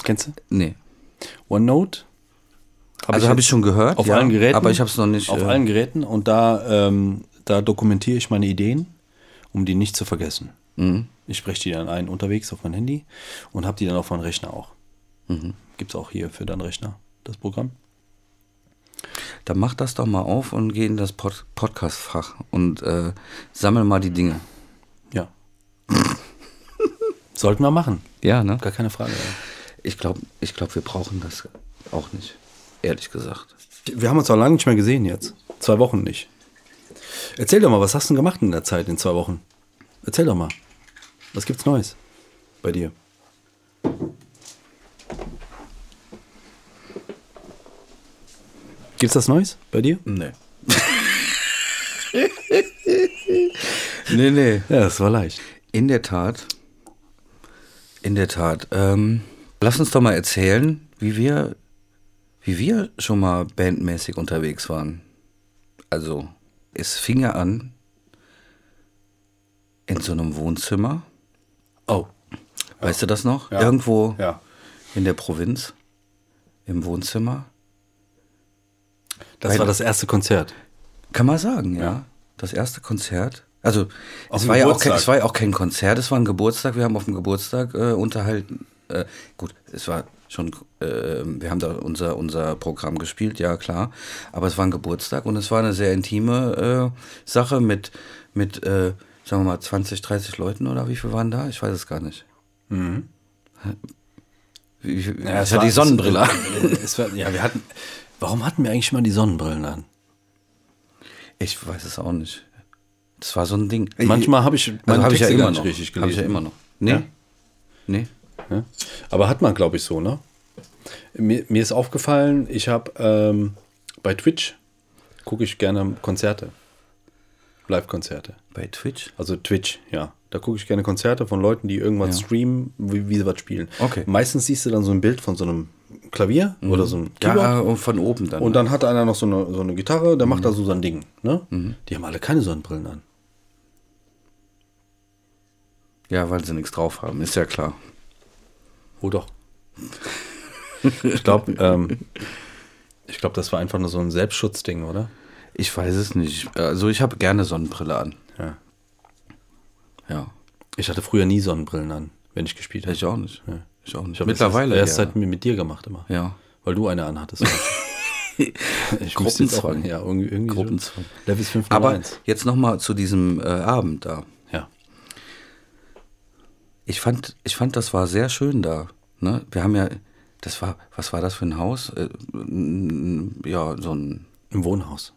Kennst du?
Nee.
OneNote? Hab
also habe ich schon gehört.
auf
ja,
allen Geräten.
Aber ich habe es noch nicht.
Auf
äh,
allen Geräten und da, ähm, da dokumentiere ich meine Ideen, um die nicht zu vergessen.
Mhm.
Ich spreche die dann ein unterwegs auf mein Handy und habe die dann auf meinen Rechner auch.
Mhm.
Gibt es auch hier für deinen Rechner das Programm?
Dann mach das doch mal auf und geh in das Pod Podcast-Fach und äh, sammel mal die Dinge.
Ja. Sollten wir machen.
Ja, ne?
Gar keine Frage.
Ich glaube, ich glaub, wir brauchen das auch nicht. Ehrlich gesagt.
Wir haben uns auch lange nicht mehr gesehen jetzt. Zwei Wochen nicht. Erzähl doch mal, was hast du denn gemacht in der Zeit in zwei Wochen? Erzähl doch mal. Was gibt's Neues bei dir? Gibt's was Neues bei dir?
Nee. nee, nee.
Ja, das war leicht.
In der Tat. In der Tat. Ähm, lass uns doch mal erzählen, wie wir, wie wir schon mal bandmäßig unterwegs waren. Also, es fing ja an in so einem Wohnzimmer.
Oh.
Weißt du das noch?
Ja.
Irgendwo
Ja.
in der Provinz, im Wohnzimmer.
Das war das erste Konzert.
Kann man sagen, ja.
Ja.
Das erste Konzert. Also
Auf
es
dem
war, ja auch kein,
Geburtstag.
es war ja auch kein Konzert, es war ein Geburtstag. Wir haben auf dem Geburtstag äh, unterhalten. Äh, gut, es war schon, äh, wir haben da unser, unser Programm gespielt, ja klar. Aber es war ein Geburtstag und es war eine sehr intime äh, Sache mit, mit äh, sagen wir mal, 20, 30 Leuten oder wie viel waren da? Ich weiß es gar nicht. Mhm. Wie, wie, ich hatte die Sonnenbrille an.
Es war, ja, wir hatten. Warum hatten wir eigentlich mal die Sonnenbrillen an?
Ich weiß es auch nicht. Das war so ein Ding.
Manchmal habe ich
Also habe ich ja
Texte
immer
gar nicht
noch.
richtig
Habe ich ja
gelesen.
immer noch. Nee.
Ja?
Nee.
Ne? Aber hat man, glaube ich, so, ne? Mir, mir ist aufgefallen, ich habe ähm, bei Twitch gucke ich gerne Konzerte. Live-Konzerte.
Bei Twitch?
Also Twitch, ja. Da gucke ich gerne Konzerte von Leuten, die irgendwas streamen, wie, wie sie was spielen.
Okay. Mhm.
Meistens siehst du dann so ein Bild von so einem Klavier oder so einem Keyboard.
Ja, und von oben dann.
Und dann hat einer noch so eine, so eine Gitarre, der macht
Mhm.
da so sein Ding. Ne? Die haben alle keine Sonnenbrillen an.
ja, weil sie nichts drauf haben, ist ja klar.
Oh doch. ich glaube, ähm, ich glaube, das war einfach nur so ein Selbstschutzding, oder?
Ich weiß es nicht. Also ich habe gerne Sonnenbrille an.
Ja.
Ja.
Ich hatte früher nie Sonnenbrillen an, wenn ich gespielt habe.
Ich auch nicht.
Ja.
Ich auch nicht.
Ich hab
Mittlerweile.
Das erst
ja.
seit mir mit dir gemacht immer.
ja.
Weil du eine anhattest. ich müsste jetzt auch,
Gruppenzwang.
ja, irgendwie, irgendwie
Gruppenzwang.
Schon. Level 5
Aber jetzt nochmal zu diesem äh, Abend da.
Ja.
ich fand, ich fand, das war sehr schön da. Ne? Wir haben ja, das war, was war das für ein Haus? Äh, n- ja, so ein,
Im Wohnhaus.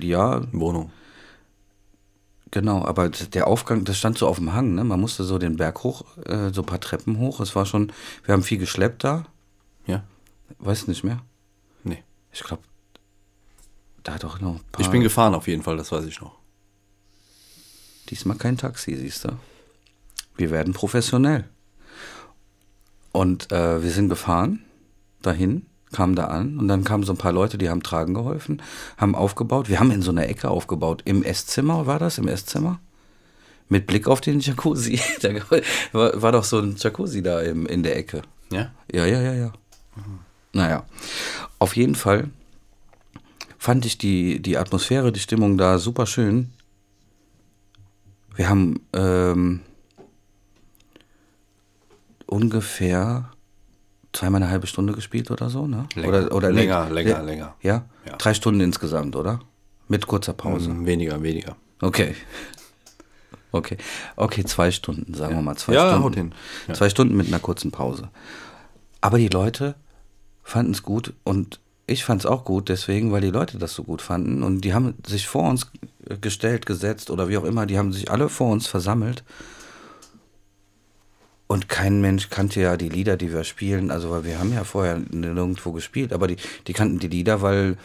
ja,
Wohnung.
genau, aber d- der Aufgang, das stand so auf dem Hang, ne? Man musste so den Berg hoch, äh, so ein paar Treppen hoch. Es war schon, wir haben viel geschleppt da,
Ja?
weiß nicht mehr.
Nee.
Ich glaube, da hat doch noch ein paar.
Ich bin gefahren auf jeden Fall, das weiß ich noch.
Diesmal kein Taxi, siehst du. Wir werden professionell. Und äh, wir sind gefahren dahin, kamen da an und dann kamen so ein paar Leute, die haben tragen geholfen, haben aufgebaut. Wir haben in so einer Ecke aufgebaut. Im Esszimmer war das, im Esszimmer? Mit Blick auf den Jacuzzi. da war, war doch so ein Jacuzzi da im, in der Ecke.
Ja?
Ja, ja, ja, ja. Naja, auf jeden Fall fand ich die, die Atmosphäre, die Stimmung da super schön. Wir haben ähm, ungefähr zweimal eine halbe Stunde gespielt oder so, ne?
Länger.
oder, oder nee,
Länger, länger,
le-
länger.
Ja?
Ja.
drei Stunden insgesamt, oder? Mit kurzer Pause.
Ähm, Weniger, weniger.
Okay. Okay. Okay, zwei Stunden, sagen wir mal. Zwei
Ja,
Stunden.
haut hin. Ja.
Zwei Stunden mit einer kurzen Pause. Aber die Leute fanden es gut und ich fand es auch gut, deswegen, weil die Leute das so gut fanden. Und die haben sich vor uns gestellt, gesetzt oder wie auch immer, die haben sich alle vor uns versammelt. Und kein Mensch kannte ja die Lieder, die wir spielen. Also, weil wir haben ja vorher nirgendwo gespielt, aber die, die kannten die Lieder, weil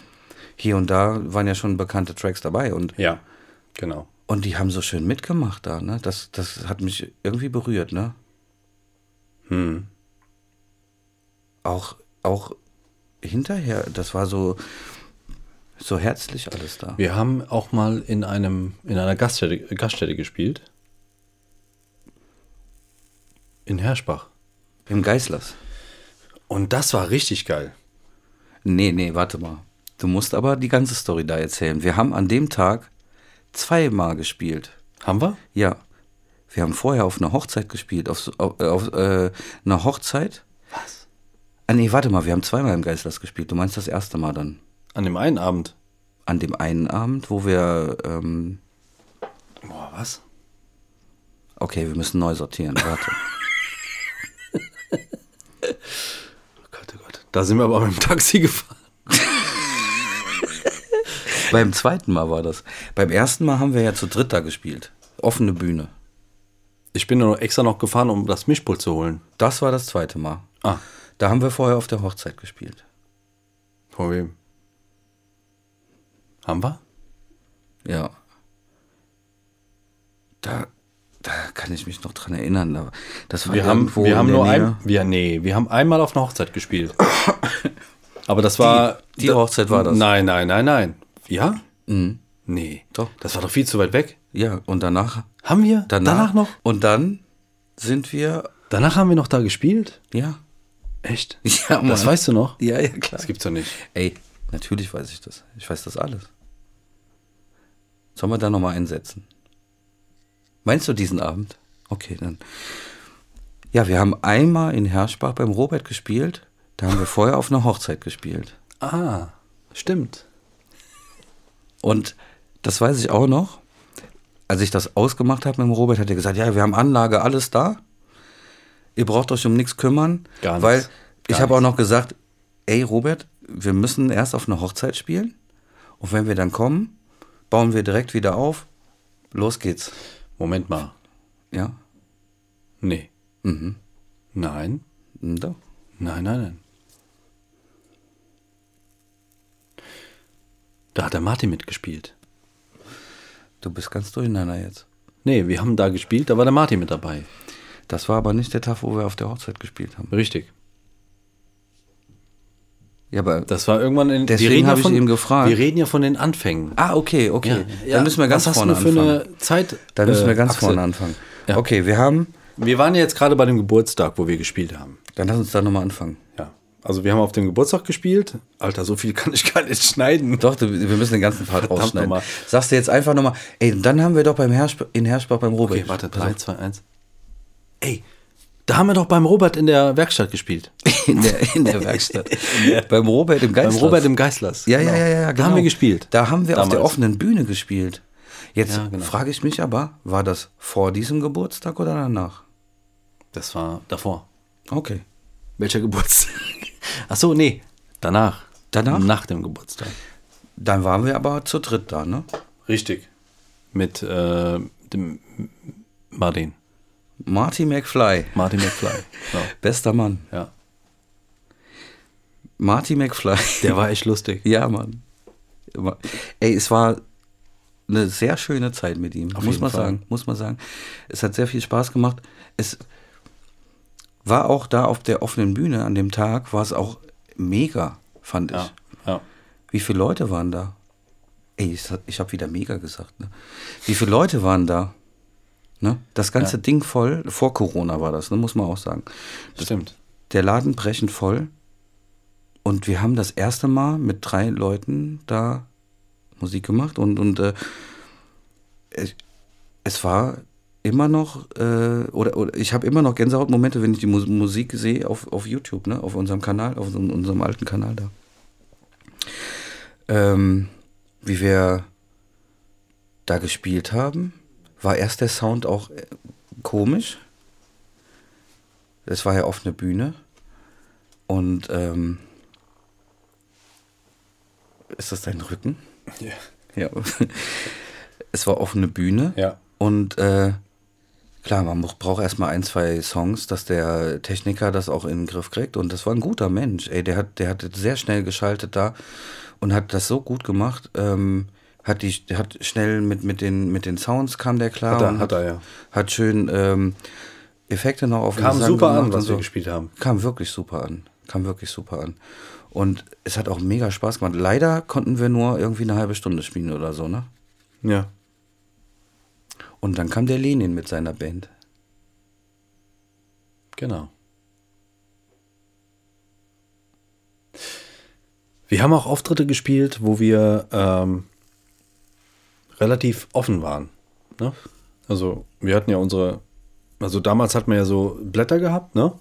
hier und da waren ja schon bekannte Tracks dabei. Und
Ja, genau.
und die haben so schön mitgemacht da, ne? Das, das hat mich irgendwie berührt, ne?
Hm.
Auch, auch hinterher, das war so, so herzlich alles da.
Wir haben auch mal in einem in einer Gaststätte, Gaststätte gespielt. In Herschbach.
Im Geißlers.
Und das war richtig geil.
Nee, nee, warte mal. Du musst aber die ganze Story da erzählen. Wir haben an dem Tag zweimal gespielt.
Haben wir?
Ja. Wir haben vorher auf einer Hochzeit gespielt. Auf, so- auf, auf äh, einer Hochzeit.
Was?
Ah, nee, warte mal, wir haben zweimal im Geißlers gespielt. Du meinst das erste Mal dann?
An dem einen Abend.
An dem einen Abend, wo wir ähm,
Boah, was?
Okay, wir müssen neu sortieren. Warte.
Oh Gott, oh Gott. Da sind wir aber mit dem Taxi gefahren.
Beim zweiten Mal war das. Beim ersten Mal haben wir ja zu dritt da gespielt. Offene Bühne.
Ich bin nur extra noch gefahren, um das Mischpult zu holen.
Das war das zweite Mal.
Ah,
Da haben wir vorher auf der Hochzeit gespielt.
von wem? Haben wir?
Ja. Da, da kann ich mich noch dran erinnern. aber Das war
Wir haben,
irgendwo
wir
in
haben
der
nur
Nähe.
ein, wir, nee, wir haben einmal auf einer Hochzeit gespielt. Aber das war.
die Hochzeit war das.
Nein, nein, nein, nein. Ja?
Mhm.
Nee.
Doch.
Das war doch viel zu weit weg.
Ja, und danach,
Haben wir?
danach.
noch?
Und dann sind wir.
Danach haben wir noch da gespielt?
Ja.
Echt?
Ja,
Das weißt du noch?
Ja, ja, klar.
Das gibt's doch nicht.
Ey, natürlich weiß ich das. Ich weiß das alles. Sollen wir da nochmal einsetzen? Meinst du diesen Abend? Okay, dann. Ja, wir haben einmal in Herschbach beim Robert gespielt. Da haben wir vorher auf einer Hochzeit gespielt.
Ah, stimmt.
Und das weiß ich auch noch. Als ich das ausgemacht habe mit dem Robert, hat er gesagt, ja, wir haben Anlage, alles da. Ihr braucht euch um nichts kümmern.
Gar nichts.
Weil ich
Gar
habe auch noch gesagt, ey Robert, wir müssen erst auf eine Hochzeit spielen. Und wenn wir dann kommen, bauen wir direkt wieder auf. Los geht's.
Moment mal.
Ja.
Nee. Mhm. Nein.
Und da.
Nein, nein, nein. Da hat der Martin mitgespielt.
Du bist ganz durcheinander jetzt.
Nee, wir haben da gespielt, da war der Martin mit dabei.
Das war aber nicht der Tag, wo wir auf der Hochzeit gespielt haben.
Richtig.
Ja, aber.
Das war irgendwann in
Deswegen
wir reden ja
habe ich
von-
eben gefragt.
Wir reden ja von den Anfängen.
ah, okay, okay.
Ja,
Dann müssen wir ganz
was
vorne
hast du für
anfangen.
eine Zeit?
Dann müssen wir
äh,
ganz
Achse?
vorne anfangen.
Ja.
Okay, wir haben.
Wir waren ja jetzt gerade bei dem Geburtstag, wo wir gespielt haben.
Dann lass uns da nochmal anfangen.
Ja. Also wir haben auf dem Geburtstag gespielt. Alter, so viel kann ich gar nicht schneiden.
Doch, du, wir müssen den ganzen Part
Verdammt
rausschneiden.
nochmal.
Sagst du jetzt einfach nochmal, ey, und dann haben wir doch beim Herrsp in Herschbach beim Robert.
Okay, warte, 3, 2, 1. Ey, da haben wir doch beim Robert in der Werkstatt gespielt.
In der, in der Werkstatt. beim Robert im Geist.
Beim Robert im Geißlers.
ja, ja, ja, ja, genau.
Da haben wir gespielt.
Da haben wir auf der
Damals.
offenen Bühne gespielt. Jetzt
Ja, genau.
frage ich mich aber, war das vor diesem Geburtstag oder danach?
Das war davor.
Okay.
Welcher Geburtstag? Ach so, nee. Danach.
Danach?
Nach dem Geburtstag.
Dann waren wir aber zu dritt da, ne?
Richtig. Mit äh, dem Martin.
Marty McFly,
Martin McFly. Genau.
bester Mann.
Ja.
Marty McFly.
Der war echt lustig.
ja, Mann. Immer. Ey, es war eine sehr schöne Zeit mit ihm, muss
jeden
man
Fall.
sagen, muss man sagen. Es hat sehr viel Spaß gemacht. Es war auch da auf der offenen Bühne an dem Tag, war es auch mega, fand ich.
Ja. ja.
Wie viele Leute waren da? Ey, ich, hab- ich habe wieder mega gesagt. Ne? Wie viele Leute waren da? Ne? Das ganze Ding voll, vor Corona war das, ne? muss man auch sagen.
Stimmt.
Der Laden brechend voll. Und wir haben das erste Mal mit drei Leuten da Musik gemacht. Und, und äh, es, es war immer noch, äh, oder, oder ich habe immer noch Gänsehautmomente, wenn ich die Mu Musik sehe auf, auf YouTube, ne? auf unserem Kanal, auf unserem, unserem alten Kanal da. Ähm, wie wir da gespielt haben, war erst der Sound auch äh, komisch. Es war ja offene Bühne. Und ähm, ist das dein Rücken?
Ja.
Ja. es war offene Bühne.
Ja.
Und äh, klar, man muss- braucht erstmal ein, zwei Songs, dass der Techniker das auch in den Griff kriegt. Und das war ein guter Mensch. Ey, der hat, der hat sehr schnell geschaltet da und hat das so gut gemacht. Ähm, hat die hat schnell mit, mit, den, mit den Sounds kam der klar.
Hat er-
und
hat er, ja.
Hat schön ähm, Effekte noch auf den
Kam
Gesang
super
gemacht
an,
und
was wir gespielt haben.
Kam wirklich super an. Kam wirklich super an. Und es hat auch mega Spaß gemacht. Leider konnten wir nur irgendwie eine halbe Stunde spielen oder so, ne?
Ja.
Und dann kam der Lenin mit seiner Band.
Genau. Wir haben auch Auftritte gespielt, wo wir ähm, relativ offen waren. Ne? Also wir hatten ja unsere, also damals hat man ja so Blätter gehabt, ne?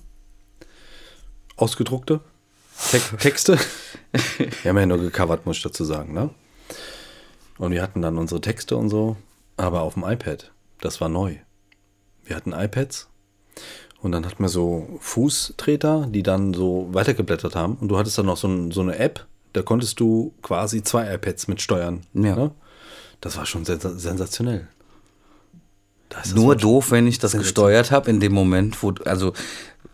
Ausgedruckte Tex- Texte. wir haben ja nur gecovert, muss ich dazu sagen, ne? Und wir hatten dann unsere Texte und so, aber auf dem iPad. Das war neu. Wir hatten iPads und dann hatten wir so Fußtreter, die dann so weitergeblättert haben. Und du hattest dann noch so, ein, so eine App, da konntest du quasi zwei iPads mit steuern.
Ja.
Ne? Das war schon sensa sensationell. Das ist
Nur
so-
doof, wenn ich das
Sensation.
gesteuert habe in dem Moment, wo, also,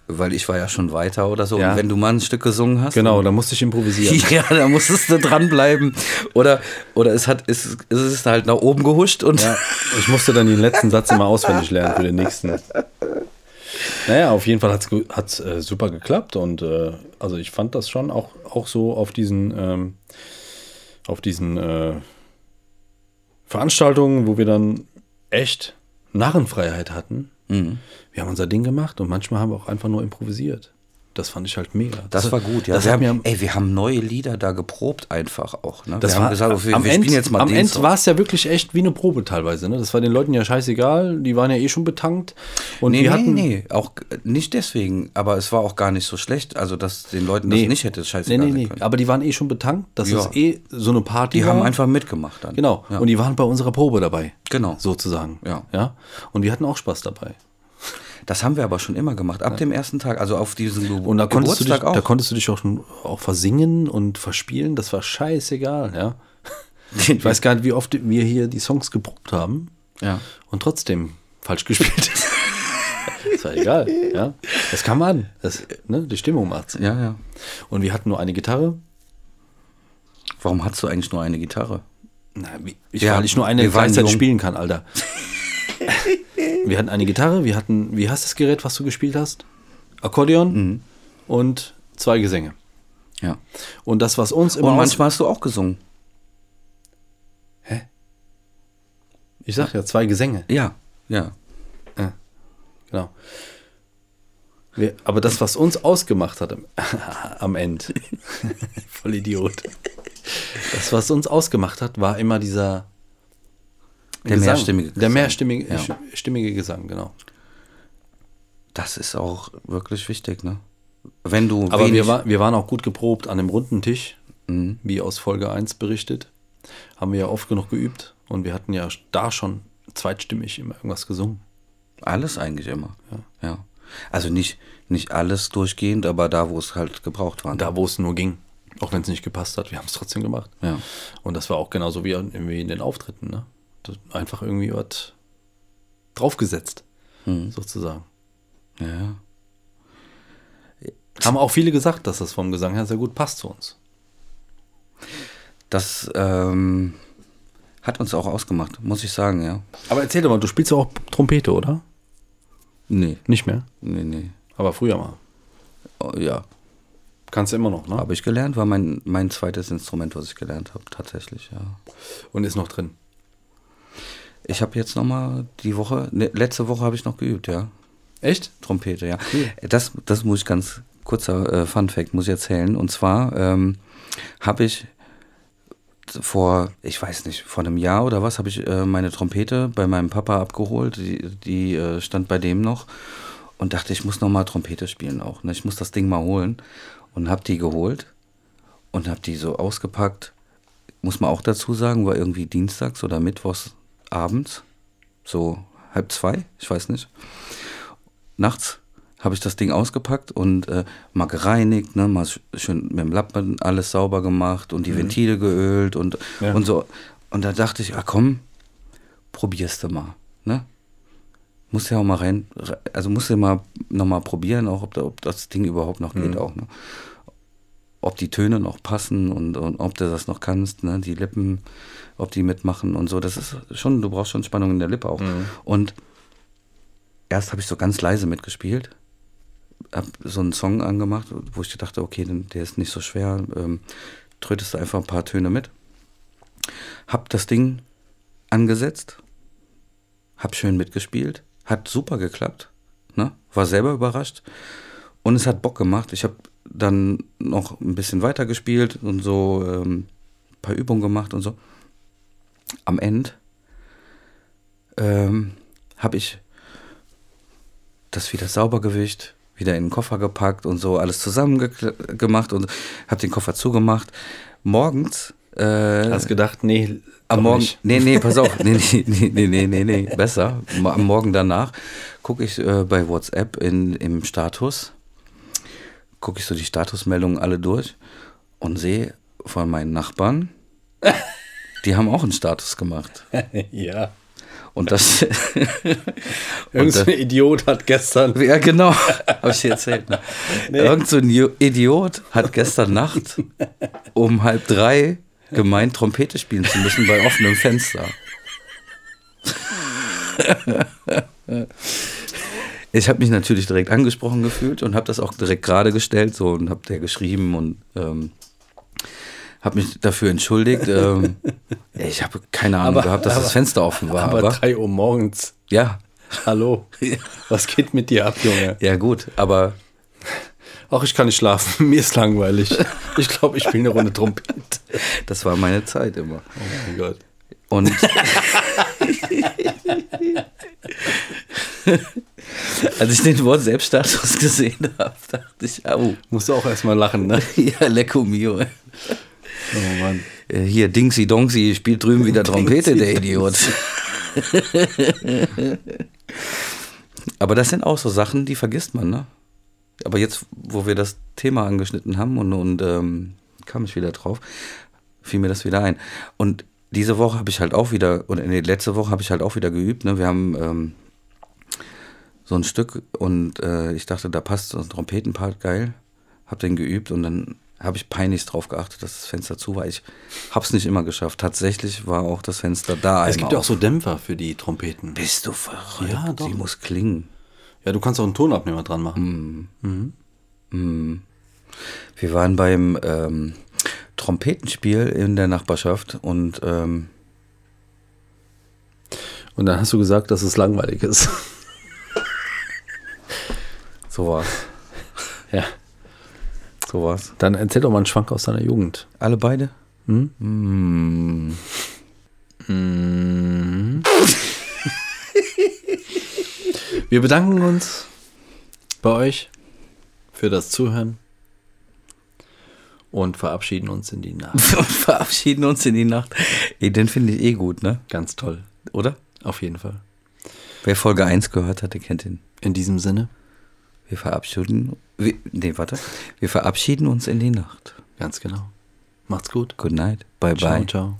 weil ich war ja schon weiter oder so.
Ja.
Und wenn du mal ein Stück gesungen hast.
Genau, da musste ich improvisieren.
Ja, da musstest du dranbleiben. Oder, oder es hat, es, es ist halt nach oben gehuscht und
Ja, ich musste dann den letzten Satz immer auswendig lernen für den nächsten. Naja, auf jeden Fall hat es äh, super geklappt und äh, also ich fand das schon auch, auch so auf diesen, ähm, auf diesen äh, Veranstaltungen, wo wir dann echt Narrenfreiheit hatten. Wir haben unser Ding gemacht und manchmal haben wir auch einfach nur improvisiert. Das fand ich halt mega.
Das war gut, ja.
Das
wir
hat
haben,
mir,
ey, wir haben neue Lieder da geprobt einfach auch. Ne?
das
wir
war
haben gesagt, wir,
am
wir
End,
spielen jetzt mal
Am
den
Ende
Song.
war es ja wirklich echt wie eine Probe teilweise. Ne? Das war den Leuten ja scheißegal. Die waren ja eh schon betankt. Und
Nee,
wir
nee,
hatten.
nee, auch äh, nicht deswegen, aber es war auch gar nicht so schlecht, also dass den Leuten
Nee.
das nicht hätte
Nee,
scheißegal
nee,
sein
nee.
können.
Aber die waren eh schon betankt. Das
Ja.
ist eh so eine Party.
Die haben
war.
einfach mitgemacht dann.
Genau.
Ja.
Und die waren bei unserer Probe dabei.
Genau.
Sozusagen.
Ja.
ja. Und die hatten auch Spaß dabei.
Das haben wir aber schon immer gemacht, ab dem ersten Tag, also auf diesem Ge
Und da konntest, du dich,
Geburtstag
da
auch.
konntest du dich auch, schon- auch versingen und verspielen. Das war scheißegal. Ja. Ich weiß gar nicht, wie oft wir hier die Songs geprobt haben.
ja.
und trotzdem falsch gespielt. das war egal. Ja. Das kam an. Das, ne, die Stimmung macht's.
ja, ja.
Und wir hatten nur eine Gitarre.
Warum hast du eigentlich nur eine Gitarre?
Na, wie- ich,
Ja,
weil ich nur eine
wir waren
gleichzeitig
jung.
spielen kann, Alter. wir hatten eine Gitarre, wir hatten, wie heißt das Gerät, was du gespielt hast? Akkordeon und zwei Gesänge.
Ja.
Und das, was uns immer.
Und manchmal hast du auch gesungen.
ich sag ja, zwei Gesänge.
Ja, ja.
Genau. Wir, aber das, was uns ausgemacht hat am, am Ende, voll Idiot. Das, was uns ausgemacht hat, war immer dieser
Der mehrstimmige
Der
Gesang.
mehrstimmige
Ja.
sch- stimmige Gesang, genau.
Das ist auch wirklich wichtig, ne? Wenn du
Aber wir,
wenig-
war, wir waren auch gut geprobt an dem runden Tisch,
Mhm.
wie aus Folge 1 berichtet. Haben wir ja oft genug geübt und wir hatten ja da schon zweitstimmig immer irgendwas gesungen.
Alles eigentlich immer. Ja. Also nicht, nicht alles durchgehend, aber da, wo es halt gebraucht war.
Da, wo es nur ging. Auch wenn es nicht gepasst hat, wir haben es trotzdem gemacht.
Ja.
Und das war auch genauso wie an- wie in den Auftritten. Ne? Das einfach irgendwie was draufgesetzt, Hm.
Mhm.
sozusagen.
ja.
Haben auch viele gesagt, dass das vom Gesang her sehr gut passt zu uns.
Das ähm, hat uns auch ausgemacht, muss ich sagen, ja.
Aber erzähl doch mal, du spielst ja auch Trompete, oder?
Nee,
Nicht mehr.
nee, nee.
Aber früher mal.
Oh, ja.
Kannst du immer noch, ne?
Habe ich gelernt, war mein, mein zweites Instrument, was ich gelernt habe, tatsächlich, ja.
Und ist noch drin.
Ich habe jetzt nochmal die Woche, ne, letzte Woche habe ich noch geübt, ja.
Echt?
Trompete, ja. Das, das muss ich ganz kurzer äh, Fun Fact muss ich erzählen. Und zwar ähm, habe ich vor, ich weiß nicht, vor einem Jahr oder was, habe ich äh, meine Trompete bei meinem Papa abgeholt. Die, die äh, stand bei dem noch und dachte, ich muss nochmal Trompete spielen auch. Ne? Ich muss das Ding mal holen. Und habe die geholt und habe die so ausgepackt. Muss man auch dazu sagen, war irgendwie dienstags oder mittwochs abends, so halb zwei, ich weiß nicht nachts habe ich das Ding ausgepackt und äh, mal gereinigt, ne, mal sch- schön mit dem Lappen alles sauber gemacht und die Ventile geölt und,
Ja.
und so. Und da dachte ich, ah komm, probierst du mal. Ne? Muss ja auch mal rein, re- also musst du mal nochmal probieren, auch ob, da, ob das Ding überhaupt noch geht, auch. Ne? Ob die Töne noch passen und, und ob du das noch kannst, ne? die Lippen, ob die mitmachen und so. Das ist schon, du brauchst schon Spannung in der Lippe auch. Und erst habe ich so ganz leise mitgespielt, habe so einen Song angemacht, wo ich dachte, okay, den- der ist nicht so schwer, ähm, trötest du einfach ein paar Töne mit. Hab das Ding angesetzt, hab schön mitgespielt, hat super geklappt, ne? war selber überrascht und es hat Bock gemacht. Ich habe dann noch ein bisschen weiter gespielt und so ähm, ein paar Übungen gemacht und so. Am Ende ähm, habe ich das wieder sauber gewischt, wieder in den Koffer gepackt und so alles zusammen gekl- gemacht und habe den Koffer zugemacht. Morgens. Äh,
Hast gedacht, nee,
am
doch
Morgen,
nicht.
nee, nee, pass auf, nee, nee, nee, nee, nee, nee, nee, besser. Ma- Am Morgen danach gucke ich äh, bei WhatsApp in, im Status, gucke ich so die Statusmeldungen alle durch und sehe von meinen Nachbarn, die haben auch einen Status gemacht.
ja.
Und das,
Irgend so ein Idiot hat gestern.
ja genau, habe ich dir erzählt. Ne? Irgend so ein Jo- Idiot hat gestern Nacht um halb drei gemeint, Trompete spielen zu müssen bei offenem Fenster. Ich habe mich natürlich direkt angesprochen gefühlt und habe das auch direkt gerade gestellt so und habe der geschrieben und ähm, habe mich dafür entschuldigt. Ähm, ich habe keine Ahnung
Aber-
gehabt, dass das
aber-
Fenster offen war.
Aber
Aber,
3 Uhr morgens.
ja,
Hallo. Was geht mit dir ab, Junge?
ja gut, aber
Ach, ich kann nicht schlafen. Mir ist langweilig. Ich glaube, ich spiele eine Runde Trompete.
das war meine Zeit immer.
Oh mein Gott.
Und als ich den WhatsApp-Status gesehen habe, dachte ich, au,
Musst du auch erstmal lachen, ne?
ja, lecko mio.
Oh Mann.
Äh, Hier, Dingsy Dongsy spielt drüben wieder Trompete, der Idiot. Aber das sind auch so Sachen, die vergisst man, ne? Aber jetzt, wo wir das Thema angeschnitten haben und, und ähm, kam ich wieder drauf, fiel mir das wieder ein. Und diese Woche habe ich halt auch wieder, oder nee, letzte Woche habe ich halt auch wieder geübt, ne? Wir haben ähm, so ein Stück und äh, ich dachte, da passt so ein Trompetenpart geil. Hab den geübt und dann habe ich peinlichst drauf geachtet, dass das Fenster zu war. Ich hab's nicht immer geschafft. Tatsächlich war auch das Fenster da.
Es gibt ja auch
auf.
so Dämpfer für die Trompeten.
Bist du verrückt?
Ja, doch.
Die muss klingen.
Ja, du kannst auch einen Tonabnehmer dran machen.
Wir waren beim ähm, Trompetenspiel in der Nachbarschaft und ähm,
Und dann hast du gesagt, dass es langweilig ist.
so war's.
Ja.
So war's.
Dann erzähl doch mal einen Schwank aus deiner Jugend.
Alle beide?
Wir bedanken uns bei euch für das Zuhören und verabschieden uns in die Nacht.
Und verabschieden uns in die Nacht. Ey, den finde ich eh gut, ne?
Ganz toll.
Oder?
Auf jeden Fall.
Wer Folge 1 gehört hat, der kennt ihn.
In diesem Sinne,
Wir verabschieden. Wir, nee, warte. Wir verabschieden uns in die Nacht.
Ganz genau. Macht's gut.
Good night. Bye,
Ciao,
bye.
ciao.